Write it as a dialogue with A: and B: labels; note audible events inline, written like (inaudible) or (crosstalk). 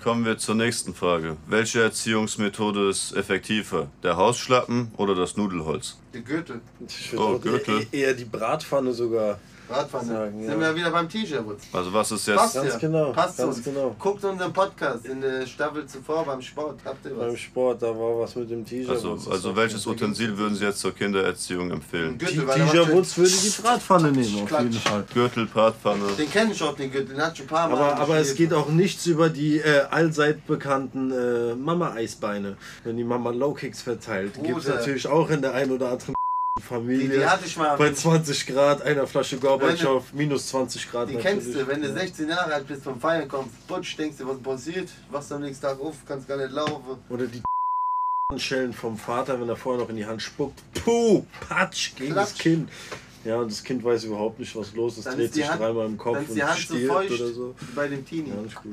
A: Kommen wir zur nächsten Frage. Welche Erziehungsmethode ist effektiver? Der Hausschlappen oder das Nudelholz?
B: Der Goethe.
C: Ich würde
A: Oh,
C: auch
A: Gürtel.
C: e- eher die Bratpfanne sogar.
B: Radpfanne.
C: Sagen,
B: Sind
C: ja.
B: wir wieder beim T-Shirt.
A: Also was ist
B: Passt
A: jetzt...
C: Ganz
B: ja.
C: genau,
B: Passt
C: ganz
B: uns.
C: genau.
B: Guckt unseren Podcast in der Staffel zuvor beim Sport. Habt ihr
C: Beim
B: was?
C: Sport, da war was mit dem T-Shirt.
A: Also, also welches Utensil würden Sie jetzt zur Kindererziehung empfehlen?
B: Gürtel, weil der macht schon-
C: T-Shirt würde die Bratpfanne nehmen, auf
B: Klatsch.
C: jeden Fall.
A: Gürtel, Bratpfanne.
B: Den kenne ich auch, den Gürtel. Den hat schon ein paar Mal.
C: Aber, aber es
B: gespielt.
C: geht auch nichts über die äh, allseit bekannten äh, Mama-Eisbeine. Wenn die Mama Low-Kicks verteilt, gibt es
B: Bruder.
C: natürlich auch in der einen oder anderen (laughs) Familie.
B: Die, die hatte ich mal.
C: bei 20 Grad, einer Flasche Gorbatschow, minus 20 Grad.
B: Die
C: natürlich.
B: kennst du, wenn du 16 Jahre alt bist vom Feiern kommst, putsch, denkst du, was passiert, wachst am nächsten Tag auf, kannst gar nicht laufen.
C: Oder die (laughs) Schellen vom Vater, wenn er vorher noch in die Hand spuckt. Puh, patsch gegen das
B: Klatsch.
C: Kind. Ja, und das Kind weiß überhaupt nicht, was los ist.
B: Dann
C: dreht
B: ist die
C: sich
B: Hand-
C: dreimal im Kopf
B: Dann ist die
C: und
B: Hand so
C: stirbt
B: feucht
C: oder so.
B: wie bei dem Teenie.
C: Ja, nicht gut.